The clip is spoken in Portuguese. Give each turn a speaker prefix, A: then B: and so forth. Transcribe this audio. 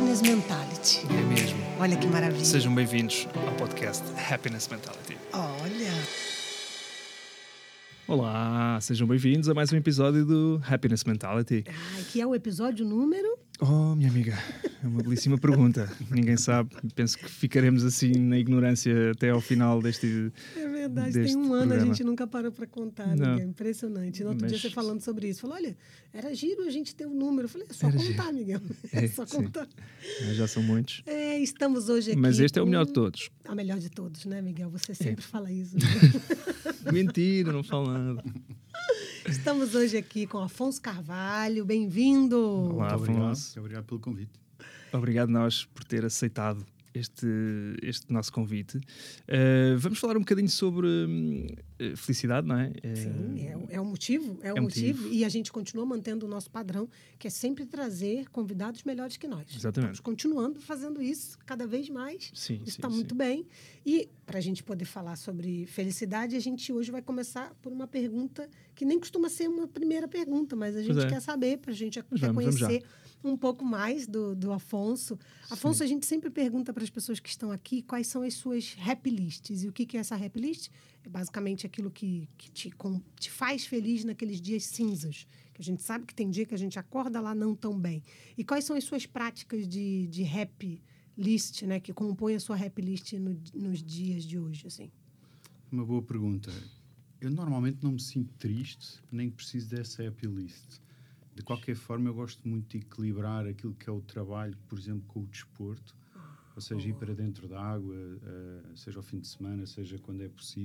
A: Mentality.
B: É mesmo.
A: Olha que maravilha.
B: Sejam bem-vindos ao podcast Happiness Mentality.
A: Olha.
B: Olá, sejam bem-vindos a mais um episódio do Happiness Mentality.
A: Ai, que é o episódio número.
B: Oh, minha amiga, é uma belíssima pergunta. Ninguém sabe. Penso que ficaremos assim na ignorância até ao final deste.
A: É verdade,
B: Deste
A: tem um ano a
B: programa.
A: gente nunca parou pra contar,
B: Não.
A: Miguel. Impressionante. No outro dia
B: Mas-
A: você falando sobre isso. Falou, olha, era giro a gente ter o número. Eu falei, é só
B: Era
A: contar, Miguel. É,
B: É,
A: só
B: sim.
A: contar.
B: Ah, Já são muitos.
A: É, estamos hoje aqui.
B: Mas este é o
A: com
B: melhor de todos. É.
A: A melhor de todos, né, Miguel? Você sempre fala isso. né?
B: Mentira, não falo nada.
A: estamos hoje aqui com Afonso Carvalho. Bem-vindo.
B: Olá,
C: Muito obrigado,
B: Afonso.
C: muito obrigado pelo convite.
B: Obrigado nós por ter aceitado este, este nosso convite. Eh, vamos falar um bocadinho sobre hum, eh, felicidade, não é? Eh,
A: Sim, é, o- é o motivo, é, o
B: um
A: motivo. E a gente continua mantendo o nosso padrão, que é sempre trazer convidados melhores que nós.
B: Exatamente.
A: Estamos continuando fazendo isso cada vez mais.
B: Sim,
A: Isso
B: sim,
A: está
B: sim.
A: muito bem. E para a gente poder falar sobre felicidade, a gente hoje vai começar por uma pergunta que nem costuma ser uma primeira pergunta, mas a gente
B: é.
A: quer saber, para a gente quer
B: Mas vamos, vamos já.
A: conhecer um pouco mais do, do Afonso. Afonso, a gente sempre pergunta para as pessoas que estão aqui quais são as suas happy lists. E o que, que é essa happy list? É basicamente aquilo que, que te, com- te faz feliz naqueles dias cinzas. Que a gente sabe que tem dia que a gente acorda lá não tão bem. E quais são as suas práticas de, de happy list, né? Que compõem a sua happy list no- nos dias de hoje, assim.
C: Uma boa pergunta. Eu normalmente não me sinto triste, nem preciso dessa happy list. De qualquer forma, eu gosto muito de equilibrar aquilo que é o trabalho, por exemplo, com o desporto. Ou seja, ir para dentro da água, eh, seja ao fim de semana, seja quando é possível.